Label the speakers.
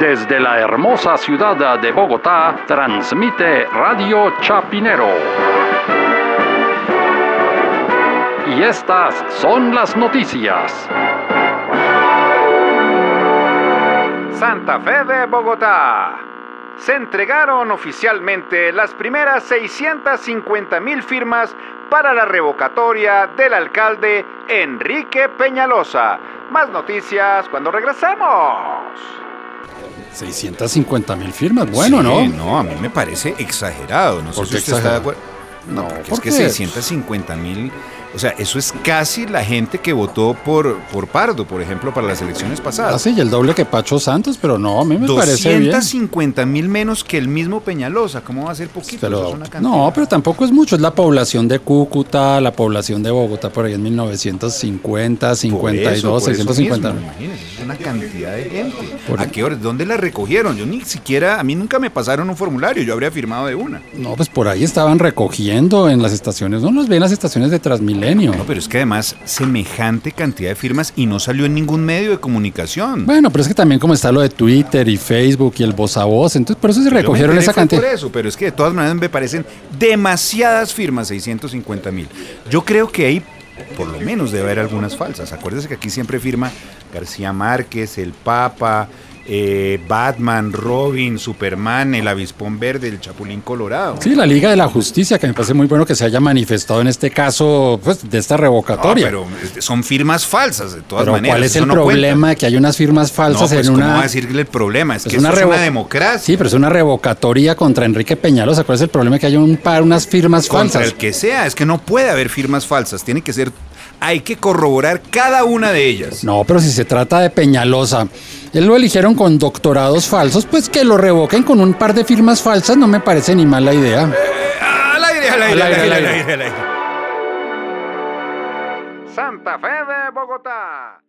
Speaker 1: Desde la hermosa ciudad de Bogotá, transmite Radio Chapinero. Y estas son las noticias.
Speaker 2: Santa Fe de Bogotá. Se entregaron oficialmente las primeras 650 mil firmas para la revocatoria del alcalde Enrique Peñalosa. Más noticias cuando regresemos.
Speaker 3: 650 mil firmas, bueno,
Speaker 4: Sí,
Speaker 3: ¿no?
Speaker 4: No, a mí me parece exagerado. No
Speaker 3: ¿Por
Speaker 4: sé si
Speaker 3: qué
Speaker 4: usted está de acuerdo. No,
Speaker 3: No,
Speaker 4: porque
Speaker 3: ¿por
Speaker 4: es que
Speaker 3: qué?
Speaker 4: 650 mil. O sea, eso es casi la gente que votó por, por Pardo, por ejemplo, para las elecciones
Speaker 3: Ah,
Speaker 4: pasadas.
Speaker 3: sí, y el doble que Pacho Santos, pero no, a mí me parece bien.
Speaker 4: 250 mil menos que el mismo Peñalosa. ¿Cómo va a ser poquito? Eso
Speaker 3: Pero-
Speaker 4: pues, es una cantidad.
Speaker 3: no, pero tampoco es mucho. Es la población de Cúcuta, la población de Bogotá por ahí en 1950,
Speaker 4: Por
Speaker 3: 52,
Speaker 4: eso, por eso
Speaker 3: 650.
Speaker 4: mismo, imagínese, es una cantidad de gente.
Speaker 3: Por-
Speaker 4: ¿A qué hora? ¿Dónde la recogieron? Yo ni siquiera, a mí nunca me pasaron un formulario, yo habría firmado de una.
Speaker 3: no, pues por ahí estaban recogiendo en las estaciones. No los ve en las estaciones de Transmilenio.
Speaker 4: No, pero es que además semejante cantidad de firmas y no salió en ningún medio de comunicación.
Speaker 3: Bueno, pero es que también como está lo de Twitter y Facebook y el voz a voz, entonces por eso
Speaker 4: Yo
Speaker 3: se
Speaker 4: me
Speaker 3: recogieron
Speaker 4: enteré
Speaker 3: esa
Speaker 4: fue
Speaker 3: cantidad.
Speaker 4: Por eso, pero es que de todas maneras me parecen demasiadas firmas, 650 mil. Yo creo que ahí por lo menos debe haber algunas falsas. Acuérdense que aquí siempre firma García Márquez, el Papa, eh, Batman, Robin, Superman, el Avispón Verde, el Chapulín Colorado.
Speaker 3: Sí, la Liga de la Justicia, que me parece muy bueno que se haya manifestado en este caso, pues, de esta
Speaker 4: No,
Speaker 3: revocatoria.
Speaker 4: pero este, son firmas falsas, de todas
Speaker 3: Pero
Speaker 4: maneras.
Speaker 3: ¿cuál es
Speaker 4: eso
Speaker 3: el
Speaker 4: no
Speaker 3: problema
Speaker 4: cuenta.
Speaker 3: de que hay unas firmas falsas
Speaker 4: No, pues,
Speaker 3: en
Speaker 4: ¿cómo
Speaker 3: una...
Speaker 4: va a decirle el problema? Es
Speaker 3: Es
Speaker 4: que esto es
Speaker 3: revo-
Speaker 4: una democracia.
Speaker 3: Sí, pero es una revocatoria contra Enrique Peñalosa. ¿Cuál es el problema? Que hay un par, unas firmas
Speaker 4: Contra
Speaker 3: falsas.
Speaker 4: el que sea, es que no puede haber firmas falsas, tiene que ser, hay que corroborar cada una de ellas.
Speaker 3: No, pero si se trata de Peñalosa, él lo eligieron con doctorados falsos, pues que lo revoquen con un par de firmas falsas no me parece ni mala idea.
Speaker 4: Al aire, al aire, al aire, al aire, al aire.
Speaker 2: Santa Fe de Bogotá.